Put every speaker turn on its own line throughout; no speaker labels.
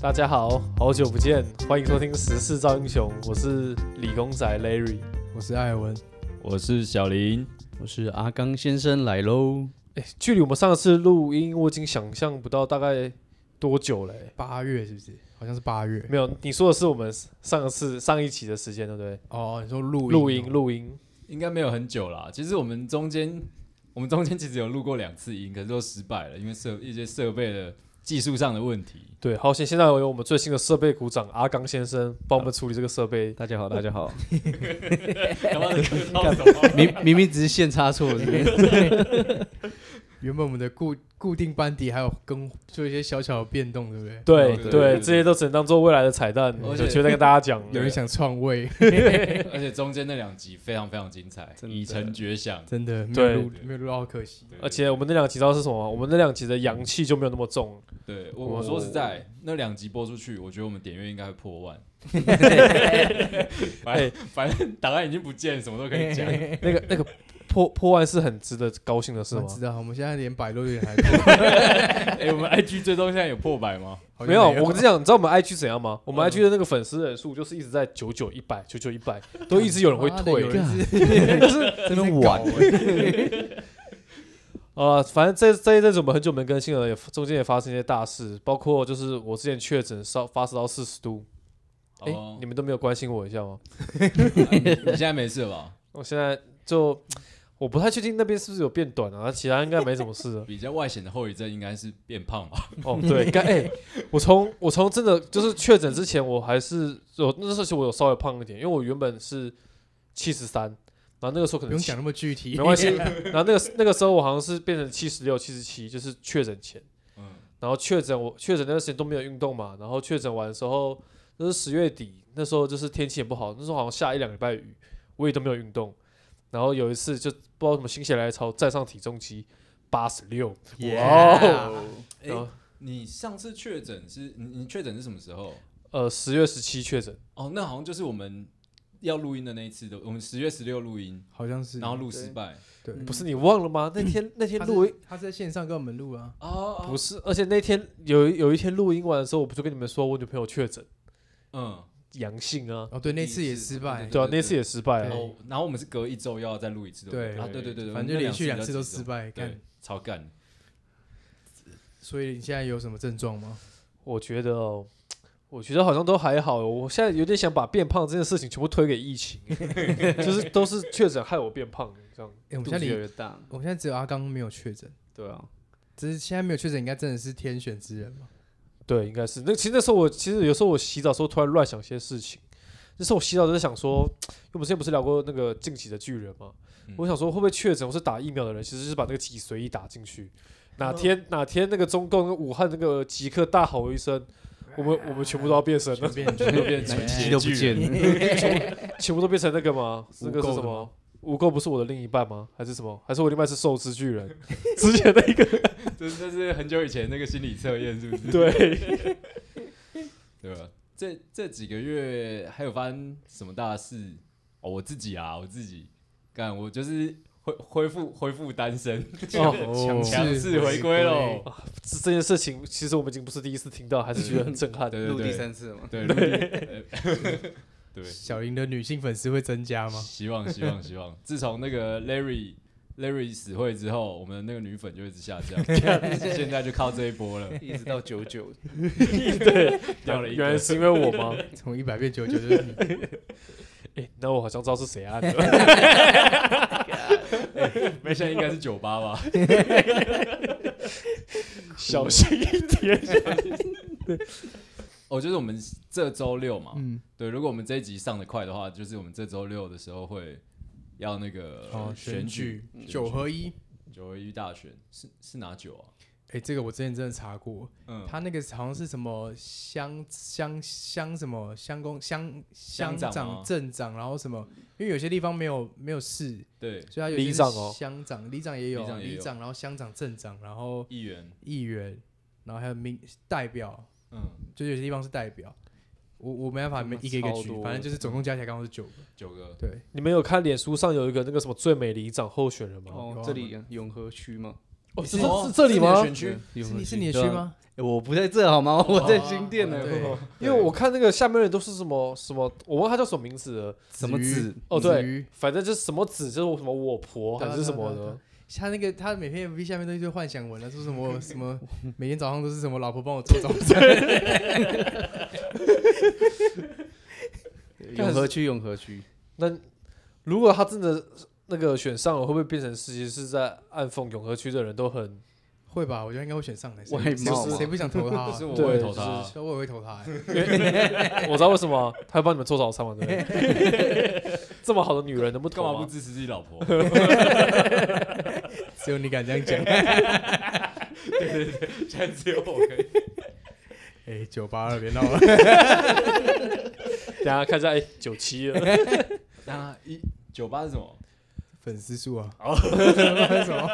大家好，好久不见，欢迎收听《时事造英雄》，我是理工仔 Larry。
我是艾文，
我是小林，
我是阿刚先生来喽。
哎，距离我们上次录音，我已经想象不到大概多久了、诶
八月是不是？好像是八月。
没有，你说的是我们上次上一期的时间，对不对？
哦，你说录
录
音
音，
哦
录音，
应该没有很久啦。其实我们中间，我们中间其实有录过两次音，可是都失败了，因为设一些设备的技术上的问题。
对，好险！现在有我们最新的设备鼓掌阿刚先生帮我们处理这个设备。
大家好，大家好。
他妈的，磕到手啊
明明明只是线插错，是不 是
原本我们的固固定班底还有更做一些小小的变动，对不对？
对
哦对
对，
对
这些都只能当做未来的彩蛋，有
而且
机会再跟大家讲。
有人想篡位，
而且中间那两集非常非常精彩，
真的
以成绝响。
真的没
对
有录，没有录到，好可惜。
对
而且我们那两集知道是什么吗？我们那两集的阳气就没有那么重，
对我我说实在，那两集播出去，我觉得我们点阅应该会 破万。
哎
反正反正档案已经不见，什么都可 以讲。
那个那个破破万是很值得高兴的事
我
吗？
啊知道，我们现在连百都有点还
哎，我们 IG 追踪现在有破百吗？
好像
没有，我跟你
样，
讲，你知道我们 IG 怎样吗？我们
嗯
IG 的那个粉丝人数就是一直在九九一百九九一 百，都一直有人会
妈的
退
有。人是
真的晚
欸
了。
呃，反正这这一阵子我们很久没更新了，也中间也发生一些大事，包括就是我之前确诊烧发烧到四十度，哎、
哦
你，们都没有关心我一下吗？
你你现在没事了吧？。
我现在就我不太确定那边是不是有变短啊，其他应该没什么事 了
比较外显的后遗症应该是变胖吧？
哦，对，该哎、我从我从真的就是确诊之前，我还是有那时候其实我有稍微胖一点，因为我原本是七十三，然后那个时候可
不
能
用
70
讲那么具体，
没关系。然后那个那个时候我好像是变成七十六、七十七，就是确诊前。
嗯，
然后确诊我确诊那段时间都没有运动嘛，然后确诊完的时候那是十月底，那时候就是天气也不好，那时候好像下一两个礼拜雨，我也都没有运动。然后有一次就不知道什么心血来潮，站上体重机八十六，
Yeah
哎、
然后
你上次确诊是你你确诊是什么时候？
呃十月十七确诊，
哦，那好像就是我们要录音的那一次的，我们十月十六录音，
好像是。
然后录失败。
对，
不是你忘了吗？那天那天嗯
他
录
是
音
他是在线上跟我们录啊，
哦，
不是，而且那天有一有一天录音完的时候，我不就跟你们说我女朋友确诊
嗯，
阳性啊，
哦，对，那
第一
次也
次
失败，
对啊，那
对
次也失败了。
哦，然后我们是隔一周又要再录一次，
对
不啊，对对对对，
反正就连续两次都失
败，
败，
对
看，，
超干。
所以你现在有什么症状吗？
我觉得哦，我觉得好像都还好。我现在有点想把变胖这件事情全部推给疫情， 就是都是确诊害我变胖这样。
哎，我们
肚
现在
子越来
离
越大，
我们现在只有阿刚没有确诊，
对啊，
只是现在没有确诊，应该真的是天选之人吧？
对，应该是那其实那时候我其实有时候我洗澡的时候突然乱想些事情。那时候我洗澡就在想说，因为我们之前不是聊过那个晋级的巨人吗？
嗯
我想说会不会确诊？我是打疫苗的人，其实就是把那个鸡随意打进去。哪天、哪天那个中共那个武汉那个极客大吼一声，我们我们全部都要变身了
随，便
全部变
那
成
鸡都不见了。
全部都变成那个 吗？那个是
无垢
什
的
么？无垢不是我的另一半吗？还是什么？还是我另一半是寿司巨人？ 之前那个
这这是很久以前那个心理测验，是不是？
对，
对吧？这这几个月还有发生什么大事？哦，我自己啊，我自己干，我就是恢恢复恢复单身，
哦，
强势回归喽。
这这件事情其实我们已经不是第一次听到，还是觉得很震 撼。
对对
录
对，
第三次了嘛？
对陆地呃对，
小林的女性粉丝会增加吗？
希望希望希望，自从那个 Larry Larry 死会之后，我们的那个女粉就一直下 降，现在就靠这一波了，
一直到九九，
掉了一
原来
个。
是因为我 吗？
从一百变九九就是你，
哎、那我好像知道是谁按 的。
没现在应该是酒吧吧？
小心一点。
哦，就是我们这周六嘛，
嗯，
对，如果我们这一集上的快的话，就是我们这周六的时候会要那个
哦，选
举
举九合一，
九合一大选，是是哪九啊？
哎，这个我之前真的查过，
嗯，
他那个好像是什么乡乡乡什么乡公乡乡
乡长
长
吗
镇长，然后什么，因为有些地方没有没有市，
对，
所以他有
里
些是
长哦
乡长里长也有
里
啊，
长也有
里长，然后乡长、镇长，然后
议员，
议员，然后还有民代表，
嗯，
就有些地方是代表。我我没办法
他妈
一个一个
超
举，
多
反
的
正就是总共加起来刚好是九个。
九个，
对，
哦
你们有看脸书上有一个那个什么最美里长候选人吗？
哦，这里啊永和区嘛，
哦，
你
这
是
是
哦
是这里吗？
选啊区？
是你是你的区吗？
对啊？我不在这好吗？我在新店呢。
对
哦因为我看那个下面人都是什么什么，我忘了他叫什么名字了。
什么字？
哦，
子
对
瑜，
反正就是什么子，就是什么我婆
对啊
还是什么
对啊对啊
的。
他那个他每篇 MV 下面都一堆幻想文啊，说什么什么，每天早上都是什么老婆帮我做早餐，
永和区，永和区。
那如果他真的那个选上了，会不会变成世界是在暗讽永和区的人都很
会吧？我觉得应该会选上的。谁
外貌
谁
嘛
谁不想投他啊？
是我
对
会投
就
他啊，
我也会投他欸。
我知道为什么她会帮你们做早餐嘛，对不对？ 这么好的女人能不
干嘛
投
不
吗？
支持自己老婆？
只有你敢这样讲。
现在只有我可以。
哎，九八二别闹了。
等一下看一下，哎，九七了，
那一酒吧是什么？
粉丝数啊， 分手，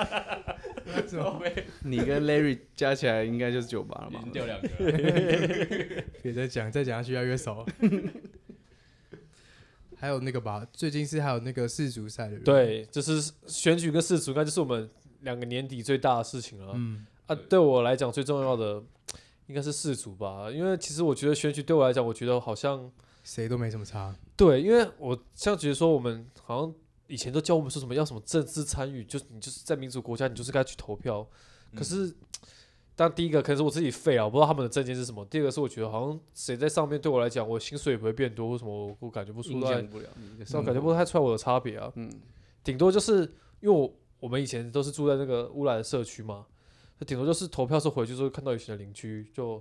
分手，
你跟 Larry 加起来应该就是酒吧了
已
吧
经？掉两个了。
别再讲，再讲下去越来越 少。还有那个吧，最近是还有那个世足赛的，，
对，就是选举跟世足，那就是我们两个年底最大的事情了。
嗯，
啊，对我来讲最重要的应该是世足吧，因为其实我觉得选举对我来讲，我觉得好像
谁都没什么差，
对，因为我像觉得说我们好像以前都教我们说什么要什么政治参与，就是你就是在民主国家，你就是该去投票。可
嗯
是，但第一个可能是我自己废啊，我不知道他们的证件是什么。第二个是我觉得好像谁在上面对我来讲，我薪水也不会变多，为什么我我感觉不出
影
来
响，不了你的
我
生活。
感
嗯
觉不太出来我的差别啊。
嗯，
顶多就是因为我我们以前都是住在那个乌来的社区嘛，那顶多就是投票时候回去之后看到以前的邻居就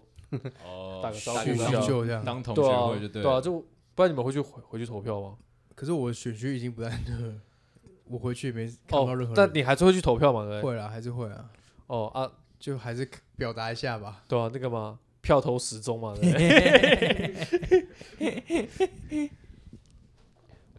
哦，
打个招呼
叙
一下
旧这样。
当同学
对啊
会就
对
了
啊，。就不然你们回去回回去投票吗？
可是我选区已经不在那了， 我回去也没看不到
哦
任何，
但
人。
你还是会去投票嘛？对不对？
会啦，还是会啊，
哦啊，
就还是表达一下吧。
对啊，那个嘛，票投时钟嘛，对不对？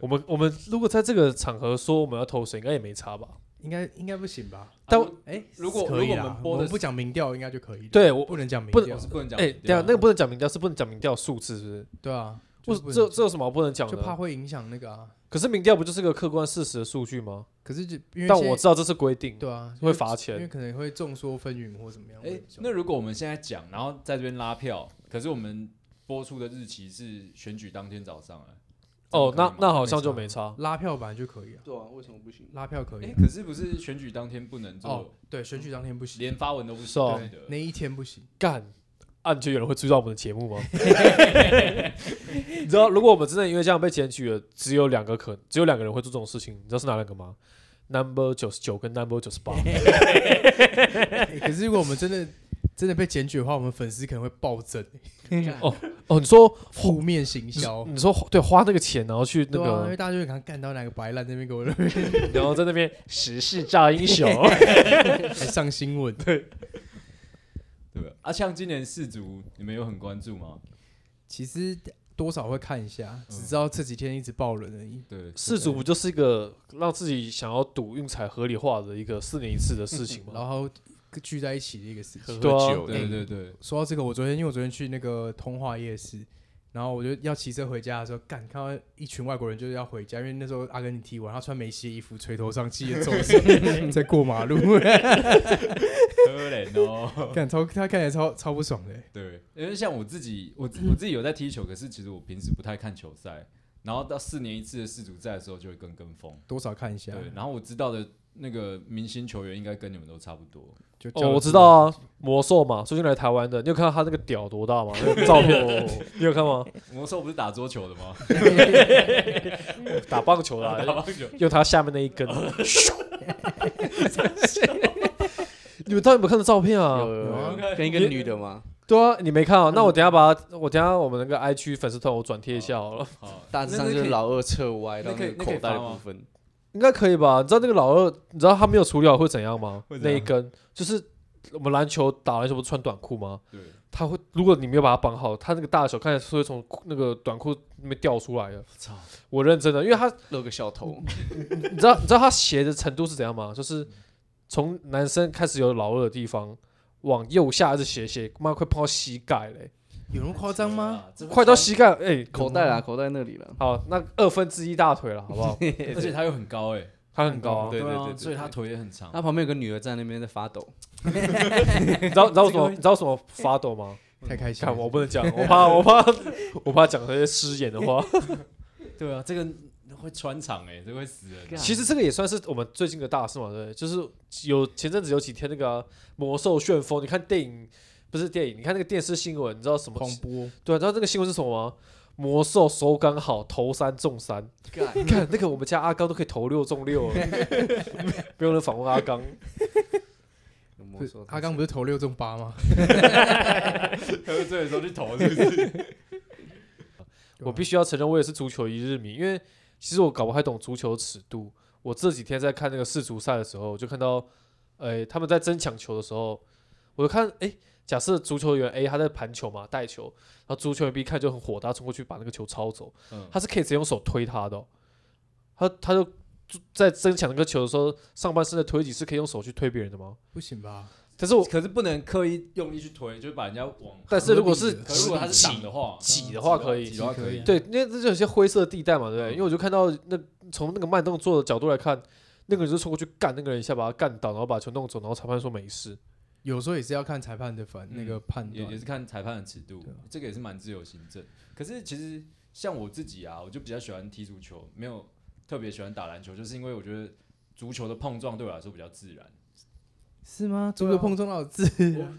我们我们如果在这个场合说我们要投谁，应该也没差吧？
应该应该不行吧？
但
啊
哎，
如果
可以
如果我
啦
们，播
我
的
们
是
不讲民调应该就可以了。
对我
不能讲民
不能
调
我，是不能讲。
哎，对啊，那个不能讲民调，是不能讲民调数字，是不是？
对啊，就
为
是
什
不
这
能
这有什么好不能讲
就怕
的？
会影响那个啊。
可是民调不就是个客观事实的数据吗？
可是就因为
但
现在
我知道这是规定，
对啊，
会罚
因为
钱。
可能会众说纷纭或怎么样。
哎
我也不，晓得
那如果我们现在讲，然后在这边拉票，可是我们播出的日期是选举当天早上啊。
哦，
这样
那
可以吗
那好像就没差。
拉票本来就可以啊，
对啊，为什么不行？
拉票可以
哎，
啊。
可是不是选举当天不能
哦
做，，
对，选举当天不行，
连发文都不
是
行。
哦
我记
对
得，
那一天不行。
干，啊，你觉得有人会注意到我们的节目吗？ 你知道，如果我们真的因为这样被检举了，只有两个可，只有两个人会做这种事情，你知道是哪两个吗？Number 九十九跟 Number 九十八，
欸可是如果我们真的真的被检举的话，我们粉丝可能会暴增，
哦，你说，
负面行销。
你说对，花那个钱然后去嗯那
对啊，因为
个，
大家就会看干到哪个白烂那边给我
然后在那边 时势造英雄，
还上新闻，
对吧？啊，像今年世足，你们有很关注吗？
其实多少会看一下，只知道这几天一直爆冷而已。
对，
世足不就是一个让自己想要赌运彩合理化的一个四年一次的事情吗？
然后聚在一起的一个事情。
对啊
喝酒的
对对对，
说到这个，我昨天因为我昨天去那个通化夜市，然后我就要骑车回家的时候，干看到一群外国人就是要回家，因为那时候阿根廷踢完，他穿梅西的衣服，垂头丧气的走 着在过马路，
可怜哦。
干超他看起来超超不爽的欸。
对，因为像我自己，我自我自己有在踢球，可是其实我平时不太看球赛，然后到四年一次的世足赛的时候就会跟跟风。
多少看一
啊
下，
对，然后我知道的那个明星球员应该跟你们都差不多。
就 叫
哦，我知道啊，魔兽嘛，最近来台湾的，你有看到他那个屌多大吗？那个照片， 你有看吗？
魔兽不是打桌球的吗？
打棒球的啊、
打棒球。
用它下面那一根。 你们到底有没有看到照片啊？
有啊
跟一个女的吗？
对啊，你没看
嗯
啊？那我等一下把它，我等一下我们那个 I 区粉丝团我转贴一下好了，
好，
大致上就是老二侧歪到
那可以
个口袋
那可以
的
发吗
部分。
应该可以吧？你知道那个老二，你知道他没有处理好会怎样吗？
会怎
那
样
一根就是我们篮球打篮球不是穿短裤吗？
对，
他会，如果你没有把它绑好，他那个大小看起来是会从裤那个短裤那边掉出来的。
操！
我认真的，因为他
露个小头，
你知道你知道他斜的程度是怎样吗？就是从男生开始有老二的地方往右下是斜斜，妈快碰到膝盖嘞、
有那么夸张吗？
啊这不
快到膝盖哎、欸
口袋啦，口袋那里了。
好，那二分之一大腿了，好不好？
穿，而且他又很高哎，
他很高啊。
对对
啊
对对
所以他腿也很长。
他旁边有个女儿在那边在发抖，
你知道你知道为什么你知道为什么发抖吗？
太开心
看
了。
我不能 讲，我怕我怕我怕讲那些失言的话。
对啊，这个会穿肠哎，这个会死人。
其实这个也算是我们最近的大事嘛，对不对，就是有前阵子有几天那个啊、魔兽旋风，你看电影不是电影，你看那个电视新闻，你知道什么？
狂播，
对、啊，你知道这个新闻是什么吗？魔兽手感好，投三中三。
干
看那个我们家阿刚都可以投六中六了， 不用人访问阿刚。
魔兽
他刚不是投六中八 吗？
喝醉的时候去投，是不是？
啊
啊
我必须要承认，我也是足球一日迷，因为其实我搞不太懂足球尺度。我这几天在看那个世足赛的时候，我就看到，诶、他们在争抢球的时候，我就看，诶、假设足球员 A 他在盘球嘛，带球，然后足球员 B 看就很火大，冲过去把那个球抄走，
嗯
他是可以直接用手推他的哦、他他就就在争抢那个球的时候，上半身的推挤是可以用手去推别人的吗？
不行吧？
但是我
可是不能刻意用力去推，就是把人家往。
但是如果是
可是如果他是挡的话，
挤的话可以
挤的话可
啊
以。
对，因为这就有些灰色地带嘛，对不
嗯
对？因为我就看到那从那个慢动作的角度来看，那个人就冲过去干那个人一下，把他干倒，然后把球弄走，然后裁判说没事。
有时候也是要看裁判的反那个判
也
断
也。是看裁判的尺度，这个也是蛮自由行政。可是其实像我自己啊，我就比较喜欢踢足球，没有特别喜欢打篮球，就是因为我觉得足球的碰撞对我来说比较自然。
是吗？啊足球碰撞到字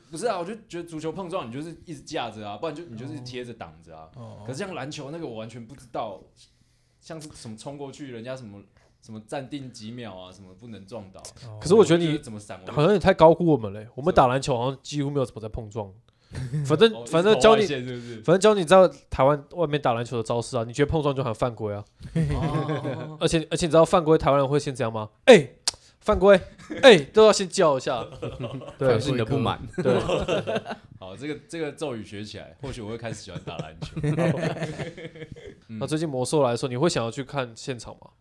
不是啊，我就觉得足球碰撞你就是一直架着啊，不然就你
哦
就是贴着挡着啊。
哦
可是像篮球那个我完全不知道，像是什么冲过去，人家什么什么暂定几秒啊，什么不能撞倒。
哦
可是我觉得
就
你
怎么闪，我
好像你太高估我们嘞，我们打篮球好像几乎没有怎么在碰 撞，反正
啊哦
反
一
正
直
教
投外
你。
线是 不是？
反正教你在台湾外面打篮球的招式啊，你觉得碰撞就喊犯规啊？
哦
而且而且你知道犯规台湾人会先怎样吗？哎、犯规，哎、都要先叫一 下。
啊
对
表示你的不满，
对，
好，哦这个这个咒语学起来，或许我会开始喜欢打篮球。
那最近魔兽来说，你会想要去看现场吗？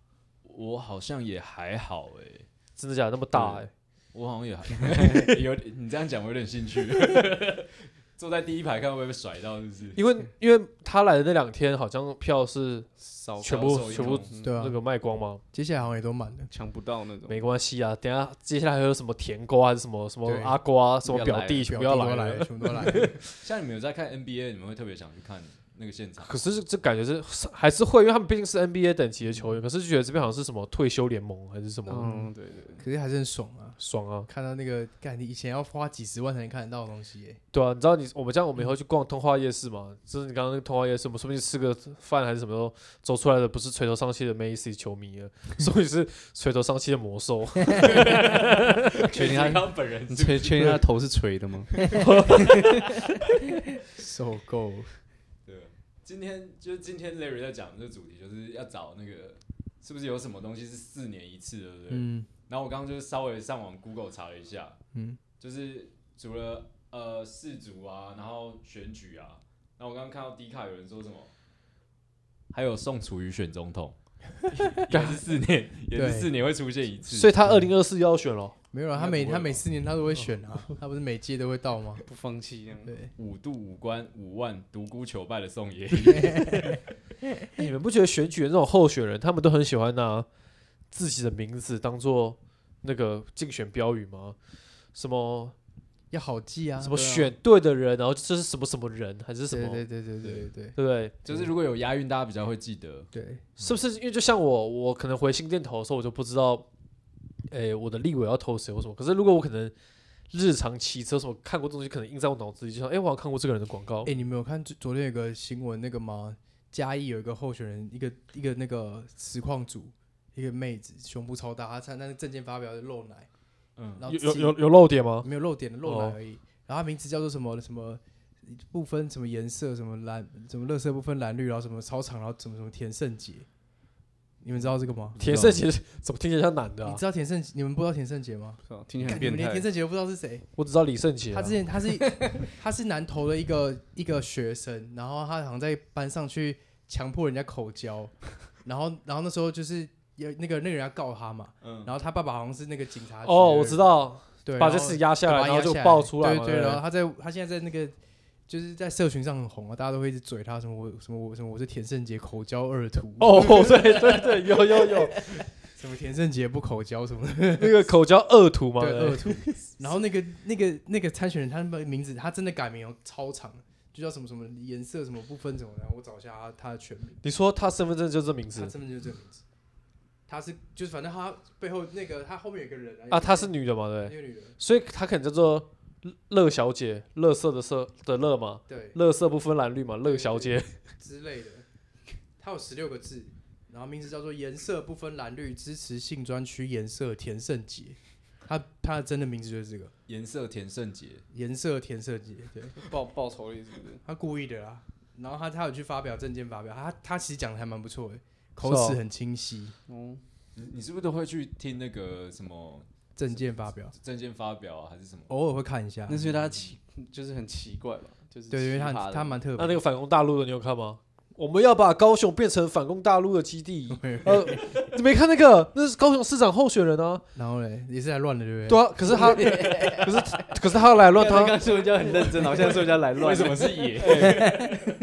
我好像也还好哎、
真的假的？那么大哎、
我好像也还 有点，你这样讲我有点兴趣。 坐在第一排看会不会被甩到，是不是？
因为因为他来的那两天，好像票是
少
全部
销售 一
全部
空
对啊
那，个卖光吗？
接下来好像也都满了。
抢不到那种。
没关系啊，等一下接下来还有什么甜瓜还是什么什么
对
阿瓜啊什么
不要来
表弟全部
表
要
弟
来
都来
了。
了，全部都来了。
像你们有在看 NBA，你们会特别想去看那个现场？
可是这感觉是是还是会，因为他们毕竟是 NBA 等级的球员，可是就觉得这边好像是什么退休联盟还是什么，
嗯，对对，对
可是还是很爽啊，
爽啊！
看到那个干，你以前要花几十万才能看得到的东西耶。
对啊，你知道你我们这样，我们以后去逛通化夜市嘛，就是你刚刚那个通化夜市，我们说不定吃个饭还是什么时候走出来的，不是垂头丧气的 Macy 球迷了，说不定是垂头丧气的魔兽。
确定他
他本人
你确确定他头是垂的吗？
受够了，
对，今天就是今天 Larry 在讲这个主题，就是要找那个是不是有什么东西是四年一次，对不对？
嗯，
然后我刚刚就是稍微上网 Google 查了一下，
嗯
就是除了呃世足啊，然后选举啊，然后我刚刚看到 D 卡有人说什么，还有宋楚瑜选总统，也是四年，也是
对
四年会出现一次，
所以他二零二四要选了，
没有啊，
应该
他每
不会吧
他每四年他都会选啊， 他不是每届都会到吗？
不放弃这样。
对，
五度五官五万独孤求败的宋爷，
欸你们不觉得选举的那种候选人，他们都很喜欢拿自己的名字当做那个竞选标语吗？什么
要好记啊，
什么
对啊
选对的人，然后这是什么什么人，还是什么，
对对对对对对
对不对？嗯
就是如果有押韵，大家比较会记得。
对，
是不是？因为就像我，我可能回新店头的时候，我就不知道，诶、我的立委要投谁或什么。可是如果我可能日常骑车什么看过这东西，可能印在我脑子里，就像诶、我好像看过这个人的广告。
哎，你们有看昨昨天有个新闻那个吗？嘉义有一个候选人，一个一个那个实况组，一个妹子胸部超大，她她那个证件发表是露奶，
嗯，
然后
有
自
有
己
有有漏点吗？
没有露点的露
哦
奶而已。然后它名字叫做什么什么，不分什么颜色，什么蓝，什么乐色不分蓝绿，然后什么操场，然后什么什么田胜杰，你们知道这个吗？
田胜杰怎么听起来像男的、
你
啊？
知道田胜，你们不知道田胜杰吗？
不知道哦听起来
干
很
你
变
们连
态
田。胜杰都不知道是谁？
我只知道李胜杰、啊。
他之前他是他是南投的一个一个学生，然后他好像在班上去强迫人家口 交，然后然后那时候就是有那个那个人要告他嘛，
嗯
然后他爸爸好像是那个警察局
哦，
的
我知道，
对，
把
然
这
后
事压下
对
来，
把
然
他
后
压
就
下来
爆出来
对
嘛。
对，
不
然后他在他现在在那个就是在社群上很红啊，大家都会一直嘴
哦
他什么我什么我什么我是田胜杰口交二图，
哦，对对对，有有有，
什么田胜杰不口交什么的，
那个口交恶徒嘛，
对
对
恶徒。然后那个那个那个参选人，他的名字他真的改名哦，超长，就叫什么什么颜色什么不分什么的。我找一下他他的全名，
你说他身份证就这名
他
字
真的就是这个名字。他是就是反正他背后那个他后面有个人
啊？她是
女
女的嘛，对
那
不对，
个女人，
所以她可能叫做乐小姐，乐色的色的乐嘛，
对
乐色不分蓝绿嘛，乐小姐。
之类的。他有十六个字，然后名字叫做颜色不分蓝绿，支持性专区颜色田胜杰。他他的真的名字就是这个
颜色田胜杰，
颜色田胜杰，对。
报报仇了是不是？
他故意的啦。然后他他有去发表证件发表，他他其实讲的还蛮不错的，
是
口
哦
齿很清晰。
哦，
你你是不是都会去听那个什么
证件发表
证件发表啊，还是什么？
偶尔会看一下，
那是因为他奇，就是很奇怪吧？就是
对，因为他
奇葩
很
的
他蛮特
那
别
那
的。
个反攻大陆的你有看吗？我们要把高雄变成反攻大陆的基地。呃，你没看那个？那是高雄市长候选人啊。
然后嘞，也是来乱的，对不对？
对啊，可是 他，可是可是他要来乱
刚
他，
刚说人家很认真，好像说人家来乱，
为什么 是野？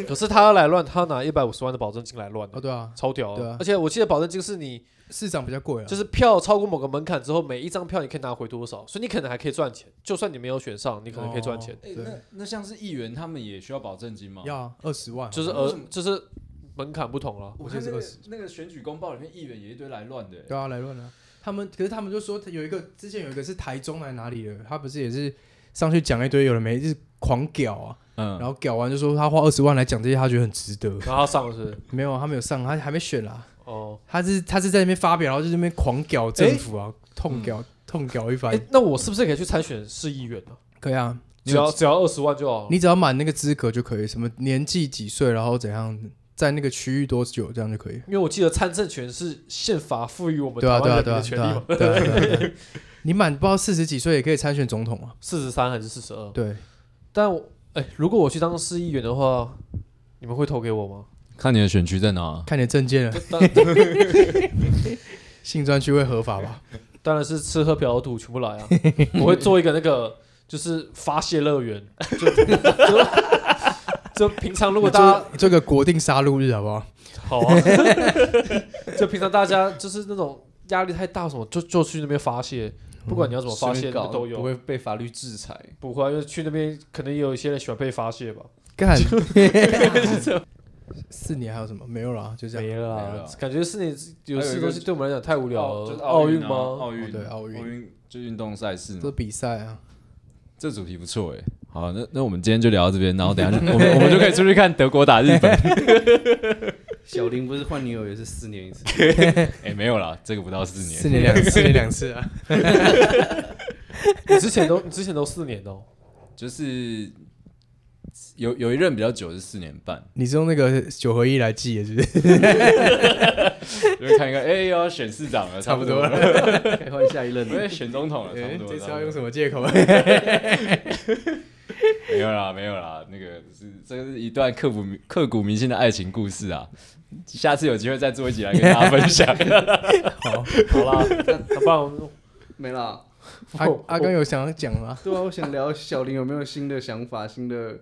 可是他要来乱，他拿一百五十万的保证金来乱的
哦，对啊，
超屌啊
对啊
而且我记得保证金是你
市场比较贵啊，
就是票超过某个门槛之后，每一张票你可以拿回多少，所以你可能还可以赚钱。就算你没有选上，你可能可以赚钱
哦，
哎
对
那那像是议员，他们也需要保证金吗？
要二十万，
就是
哦为
呃
什么
就是门槛不同了。
我
我
看
记
那
得
个
是
那个选举公报里面，议员也一堆来乱的、欸
对啊，来乱啊。他们可是他们就说他有一个之前有一个是台中来哪里的，他不是也是上去讲一堆有的没，就是狂屌啊，
嗯，
然后屌完就说他花二十万来讲这些，他觉得很值得。
然后他上了是不是
没有，啊他没有上，他还没选啦。
哦，
他是他是在那边发表，然后就在那边狂屌政府啊，痛屌、痛屌一
嗯
番。
哎，那我是不是可以去参选市议员呢？
可以啊，你
只要
有
只要二十万就好了。
你只要满那个资格就可以，什么年纪几岁，然后怎样，在那个区域多久，这样就可以。
因为我记得参政权是宪法赋予我们
对
台
啊，对
湾
啊，
人
对
民的权
啊，对
利
啊
嘛。，
对啊对啊对啊。你满不知道四十几岁也可以参选总统啊。
四十三还是四十二？
对，
但我哎，如果我去当市议员的话，你们会投给我吗？
看你的选区在哪。
看你的证件了，
当
性专区会合法吧？
当然是吃喝嫖赌全部来啊！我会做一个那个就是发泄乐园，就就就平常如
如
果大家
做个国定杀戮日好不好？
好啊， 就平常大家就是那种压力太大什么，就就去那边发泄，不管你要怎么发泄
随便搞
都有
不会被法律制裁。
不会啊，因为去那边可能也有一些人喜欢被发泄吧。
干，四年还有什么？没有啦，就这样。
没了
没
啦哦
了啊，
感觉四年有
还有
四个
一个
东西对我们来讲太无聊
就是
了。
奥
运
啊
吗？
奥运、
哦对奥运
奥运就运动赛事
这
嘛。
比赛啊，
这主题不错哎、好，那那我们今天就聊到这边，然后等一下就我们我们就可以出去看德国打日本。
小林不是换女友也是四年一 次，
哎、没有啦，这个不到四年。
四年两四年两次啊。
你之前都你之前都四年哦，
就是有有一任比较久是四年半，
你是用那个九合一来记的，是不是？
就是看一个哎、又要选市长了，差不多了，
可以换下一任
我。要 选总统了，差
哎
不多
这次
了。差不
要
多
用什么借口？
没有啦，没有啦，那个是这是一段刻骨铭刻骨铭心的爱情故事啊，下次有机会再做一集来跟大家 分享。
好啦，那那不然我们
没啦。
阿阿刚有想要讲吗？
对啊，我想聊小林有没有新的想法、新 的、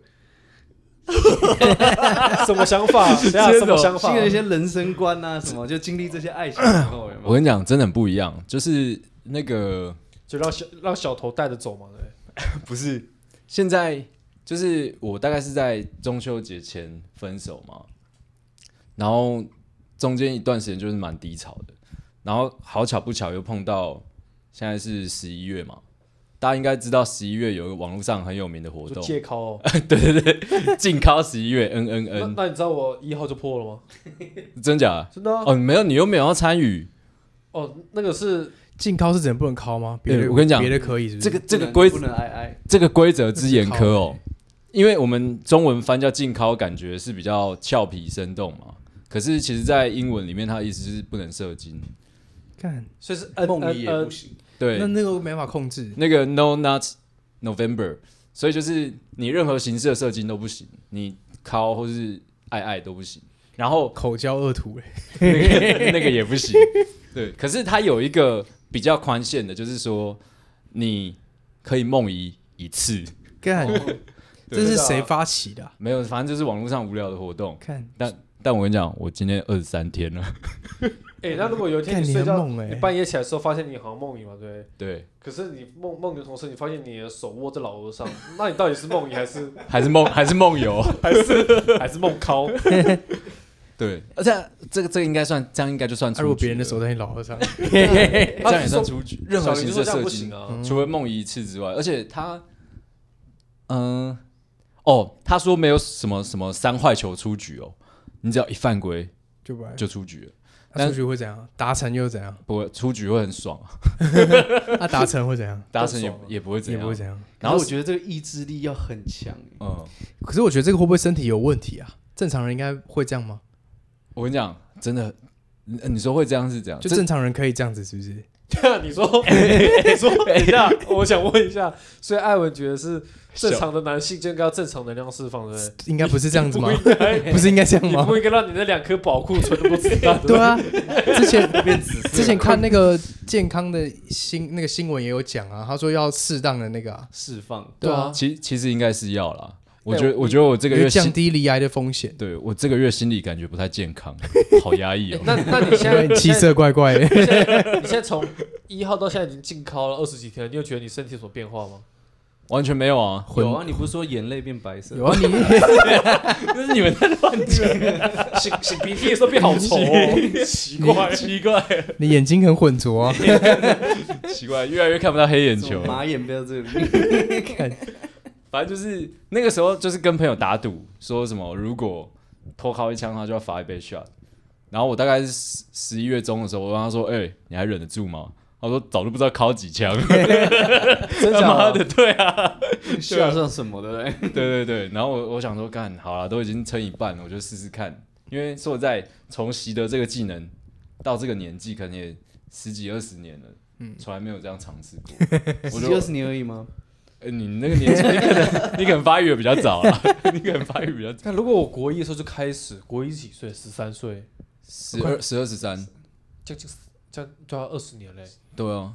什么想法？等下什么想法
新？的一些人生观啊，什么就经历这些爱情以后，有没有
我跟你讲，真的很不一样，就是 那个
就让小让小头带着走嘛，对。
不是现在，就是我大概是在中秋节前分手嘛，然后中间一段时间就是蛮低潮的，然后好巧不巧又碰到现在是十一月嘛，大家应该知道十一月有一个网络上很有名的活
就
动，
借考、哦。
禁靠十一月，嗯嗯
那
嗯，
那你知道我一号就破了吗？
真假的？
真的啊、
哦，没有，你又没有要参与，
哦，那个是
禁靠是只能不能靠吗？别
对
的
我跟你讲
别的可以是不是？
这个这
不
个
能
规
不能爱爱，
这个规则之严苛哦
这是靠，
因为我们中文翻叫禁靠，感觉是比较俏皮生动嘛。可是其实，在英文里面，它的意思就是不能射精。
看
所以是嗯
梦遗
嗯
也不
嗯
行。
对，
那
那
那个没法控制，
个 No Not November，所以就是你任何形式的射精都不行，你靠或是爱爱都不行，然后
口交恶徒哎，
那个 那个也 不行。对，可是它有一个比较宽限的，就是说你可以梦遗一次，
干 这是谁发起的啊？
没有，反正就是网络上无聊的活动。
看
但我跟你讲，我今天二十三天了，
哎、那如果有一天
看
你
你
睡
很
觉，
猛哎、
你半夜起来的时候发现你好像梦里嘛，对不对？
对，
可是你梦梦的同时，你发现你的手握在老鹅上，那你到底是梦遗还是
还是梦还是梦游，
还是梦考？
对，而且这个这个应该算，这样应该就算
啊
出
如果
局了。
别人的手在你老二上，
这样也算
出
出局，任何形式
说
的
这样
射
不
精
行，啊。
嗯
除了梦遗一次之外，而且他，嗯、哦，他说没有什么什么三坏球出局哦，你只要一犯规
就不然
就出局了，
他出去会怎样？达成又怎 样？
不会出局会很爽，
他达成会怎样？
达成也
更爽啊
也不会怎
也不会
样。
啊怎样。
然
然
后
后我觉得这个意志力要很强欸，
嗯，
可是我觉得这个会不会身体有问题啊？正常人应该会这样吗？
我跟你讲，真的，你你说会这样是这样，
就
这
正常人可以这样子，是不是？
你说，你说，等一下，我想问一下，所以艾文觉得是正常的男性就应该要正常能量释放，对不对？
应该不是这样子 吗？
不应该，
不是应该这样
你
吗？
不应该让你那两颗宝库存那么多子弹，
对啊，之前
变紫色。
之前看那个健康的新那个新闻也有讲啊，他说要适当的那个、啊，
释放，
对啊，
其其实应该是要啦。我
哎
觉得，
我
我觉得我这个
因为
月
降
心，
低离癌的风险。
对我这个月心理感觉不太健康，好压抑哦。
那那你现
因
在
为你气色怪怪 的，
你现在你现在从一号到现在已经进靠了二十几天了，你有觉得你身体有什么变化吗？
完全没有啊，
有啊，你不是说眼泪变白色？
有啊，你
那是你们在乱讲，
擤擤鼻涕的时候变好稠哦，奇怪，
奇怪
你眼睛很浑浊啊。
奇怪，越来越看不到黑眼
怎么
球。
马眼不要这里，
反正就是那个时候，就是跟朋友打赌，说什么如果投靠一枪，他就要罚一杯 shot。然后我大概是十十一月中的时候，我问他说：“哎、你还忍得住吗？”他说：“早就不知道敲几枪。
真”
他
假
妈的，对啊，
笑上什么的嘞？
对对对。然后我我想说，干好了，都已经撑一半了，我就试试看。因为说实在，从习得这个技能到这个年纪，可能也十几二十年了，嗯，从来没有这样尝试 过。我
十
就
几二十年而已吗？
呃你那个年纪，你可能你可能发育的比较早啊， 你可能发育比较早，
那如果我国一的时候就开始，国一几岁？十三岁，
十二十二十三，
将近这样就要二十年嘞。
对啊，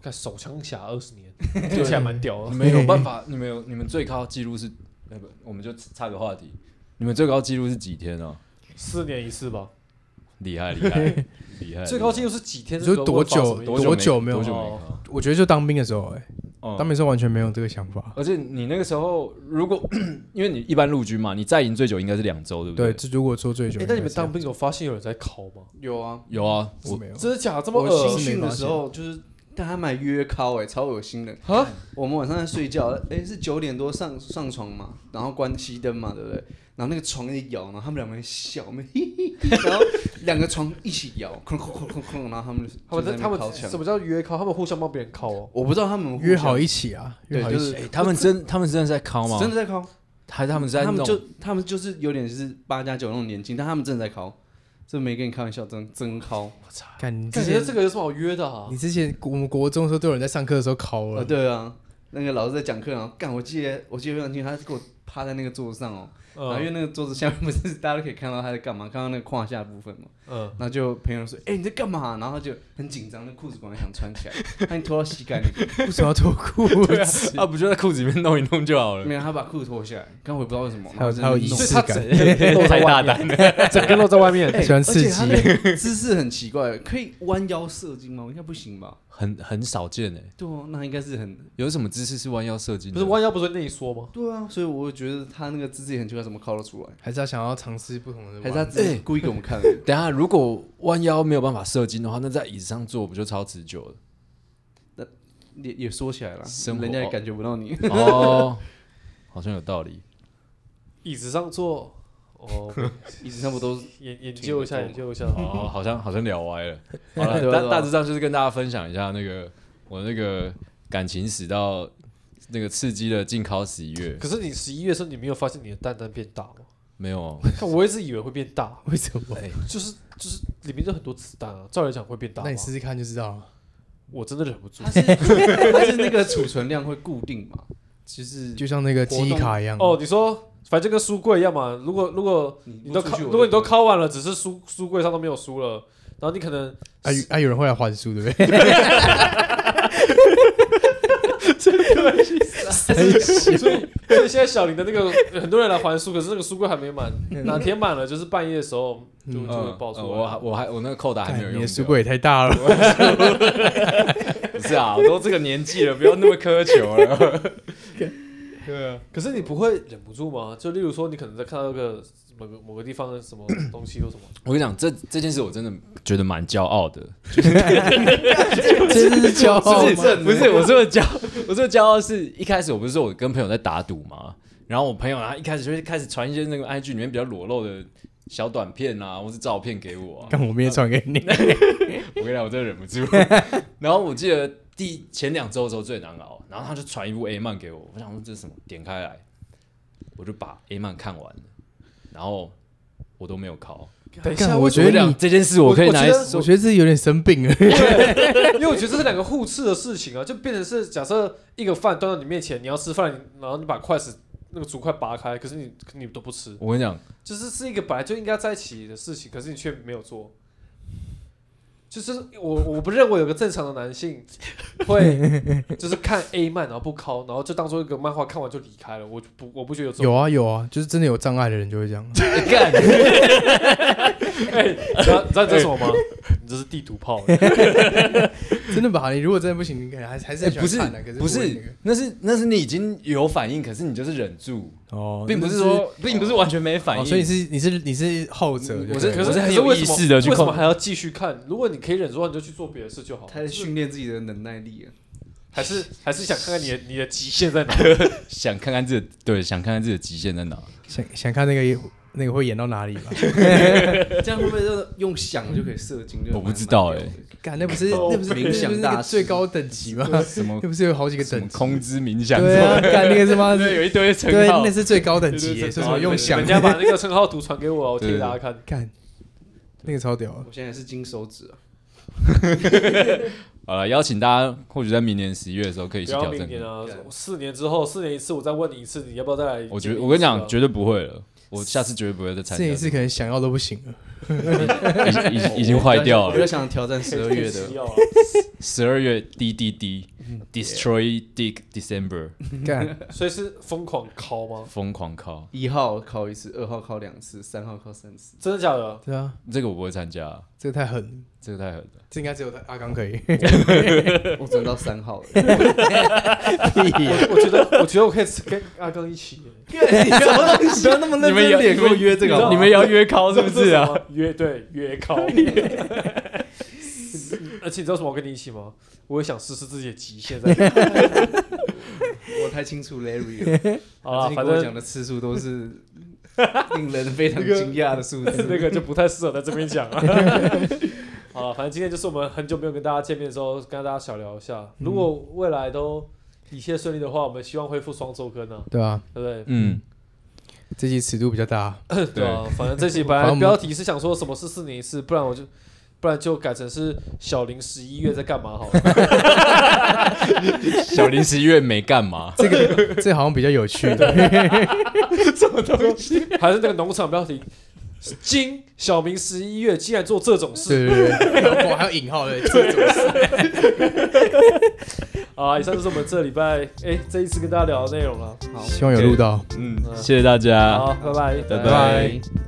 看手枪侠二 十年，听起来蛮屌
你
的。
们有办法？你们有你们最高记录是？呃不，我们就插个话题，你们最高记录是几天啊？
四年一次吧，
厉害厉害厉 害！
最高纪
录
录是几天？
你说多久
多
多
久
久
没
没有
多久
哦
没
我觉得就当兵的时候、哎，
哦
当兵的时候完全没有这个想法。
而且你那个时候，如果 因为你一般陆军嘛，你在营最久应该是两周，对不
对，？这如果说最久
哎
应，该
那你
是这样，
们当兵有发现有人在考吗？
有啊，
有啊，
是
我
没有？
真的假的？这么
我
恶
新
信
心？
训的时候就是。但他买约靠哎、超恶心的。
啊！
我们晚上在睡觉，哎、是九点多上上床嘛，然后关熄灯嘛，对不对？然后那个床一直摇，然后他们两个人笑，我们 嘿嘿，然后两个床一起摇，哐哐哐哐哐，然后他们就
他们
就
在
在
他
靠
们
墙
什。么叫约考？他们互相帮别人考哦。
我不知道他们
约好
一
一起啊，约
对，
好
就
一
是
起。
哎，他们真他们真的在考吗？
真的在靠，
还是他们是在
他们
弄
就他们就是有点是八加九那种年纪，但他们真的在靠，这没跟你开玩笑，真真靠。
看你之
感觉
前，
这个有什么好约的啊
你？之前我们国中的时候都有人在上课的时候考
啊，
哦
了，
对啊，那个老师在讲课，然后干，我记得我记得非常清楚，他给我趴在那个桌子上哦，然后因
嗯
为那个桌子下面不是 大家都可以看到他在干嘛，看到那个胯下部分嘛，
嗯，
然后就朋友说，哎、你在干嘛？然后他就很紧张，那裤子本来想穿起来， 他已经脱到膝盖那边，
为什么要脱裤
对啊
子？，
啊不就在裤子里面弄一弄就 好了。
没有，他把裤子脱下来，刚我也不知道为什么，
还有
然后
还有
就
仪
弄
所以
式
他
感
整个 露在
太大
外面，整个露在外面。
哎
喜欢刺激
而且他的姿势很奇怪，可以弯腰射精吗？应该不行吧？
很很少见哎、
对哦，那应该是很
有什么姿势是弯腰射击？
不是弯腰不是内缩吗？
对啊，所以我觉得他那个姿势也很奇怪，怎么靠得出来？
还是他想要尝试不同的玩法？
还是他自己故意给我们看的？
等一下，如果弯腰没有办法射精的话，那在椅子上坐不就超持久了？
也也缩起来了
生，活
人家也感觉不到你。
哦， 好像有道理。
椅子上坐， 哦，
椅子上不 都是
研研究一下，研究一下。
哦，好像好像聊歪了。好了，
嗯 对啊对
大
啊
大致上就是跟大家分享一下那个我那个感情史到那个刺激的禁考十一月
可是你十一月的时候，你没有发现你的蛋蛋变大吗？
没有哦。
看，我一直以为会变大，
为什么？
哎
就是就是里面就很多子弹啊，照理讲会变大吧。
那你试试看就知道了。
我真的忍不住
它。是它是那个储存量会固定嘛？就是
就像那个
活
记
动
忆卡一样，
哦，你说反正跟书柜一样嘛，如果如果
你
你
不
都
出
敲，
去我
如
就
果你都敲完了，只是书书柜上都没有书了，然后你可能
啊有啊有人会来还书，对不对？
所以所以现在小林的那个 很多人来还书，可是那个书柜还没满，哪天满了就是半夜的时候就就会
嗯
爆出
嗯我还
来。
我还我那个扣打还没有
干
用
你的
掉。
书柜也太大了，
不是啊，我都这个年纪了，不要那么苛求了。对啊，
可是你不会忍不住吗？就例如说，你可能在看到一个某个某个地方的什么东西或什么，
我跟你讲，这这件事我真的觉得蛮骄傲的。
真的是骄傲
不是
吗？
不是，我说的骄，我说的骄傲是一开始我不是说我跟朋友在打赌嘛，然后我朋友啊一开始就会开始传一些那个 IG 里面比较裸露的小短片啊，或是照片给我、啊。
干，我明天传给你。
我跟你讲，我真的忍不住。然后我记得第前两周的时候最难熬，然后他就传一部 A 漫给我，我想说这是什么，点开来，我就把 A 漫看完了，然后我都没有考。
等一下，
干，我
为
觉
我
得
跟你
你
讲，这件事我可以拿来
我觉得
我觉得自己有点生病了。
因为我觉得这是两个互斥的事情啊，就变成是假设一个饭端到你面前，你要吃饭，你然后你把筷子那个竹筷拔开，可是你你都不吃，
我跟你讲，
就是是一个本来就应该在一起的事情，可是你却没有做。就是我我不认为有个正常的男 性会就是看 A 漫然后不敲，然后就当做一个漫画看完就离开了，我就不我不觉得有这种
有啊有啊，就是真的有障碍的人就会这 样。
干，
哎，你知道你知道你这是什么吗？
哎
你这是地图 炮。
真的吧？你如果真的不行，你可能还还是
哎
很
不
喜
是
欢看的，可
不
是会那
是，那是那是你已经有反应，可是你就是忍住，
个哦，
并不是
那
说，并不是完全没反
哦
应。
所以你是你是你是后者，
我
对不
是
对
可是很
可
有
为
意
什么
识地去
为什么
控
还要继续看？如果你可以忍受，你就去做别的事就好。
他在训练自己的能耐力啊。
还是还是想看看你的你的极限在哪？
想看看自己的，对，想看看自己的极限在哪。
想想看那个那个会演到哪里吧？
这样会不会就是用想就可以射精？就
我不知道
哎、
欸
干，那不是
哦
那不是
冥想
那不是那
大
个
师
最高等级吗？
什么
那不是有好几个
什
等
么
级？
空知冥想？
对啊，
什么
干那个是 吗？
对，有一堆称
对，
号
那。是最高等级
对
耶，
对
说
对
什么用想
人家把那个称号图传给我，我
对
贴
对
给大家看。
干，那个超屌啊。
我现在是金手指啊，
好了，邀请大家，或许在明年十一月的时候可以
不
去
要
挑
明
战
年
看。
啊
对，
四年之后，四年一次，我再问你一次，你要不要再来？
我觉得，我跟你讲，
啊。
绝对不会了。我下次绝对不会再参加
这一次可能想要都不行了，
了，已已已经坏掉
哦我比较
了。
想挑战十二月的
要 啊
十二月 D D D Destroy Dick December
干
所以是疯狂敲吗？
疯狂考，
一号考一次，二号考两次，三号考三次。
真的假的？
对啊，
这个我不会参加，
这个太狠了，
这个太狠了。
这应该只有他阿刚可以。
我只能到三 号了。
我我觉得，我觉得我可以跟阿刚一 起耶。
你什么东西？不要那么
你们有你们
约
这个好不好
你们也要约考是不是啊？？
约对约 考。而且你知道什么？我跟你一起吗？我也想试试自己的极限 在哪。
我太清楚 Larry 了，
好了，啊
他最近
反
跟我
正
讲的次数都是令人非常惊讶的数
那
字。
个就不太适合在这边讲了。好了，反正今天就是我们很久没有跟大家见面的时候，跟大家小聊一下。如果未来都一切顺利的话，我们希望恢复双周更啊，
对啊，
对不对？
嗯，
这集尺度比较大，
对啊，反正这期本
反正
来
我们
标题是想说什么是四年一次，不然我就。不然就改成是小林十一月在干嘛好了，
小林十一月没干嘛，
这个 这好像比较有趣。
还是那个农场标题？金小明十一月竟然做这种事
对对对，然后还有引号的，这种
啊！以上就是我们这礼拜哎、这一次跟大家聊的内容了。
好，
希望有录到。
嗯，谢谢大家，
好，拜拜，
拜
拜。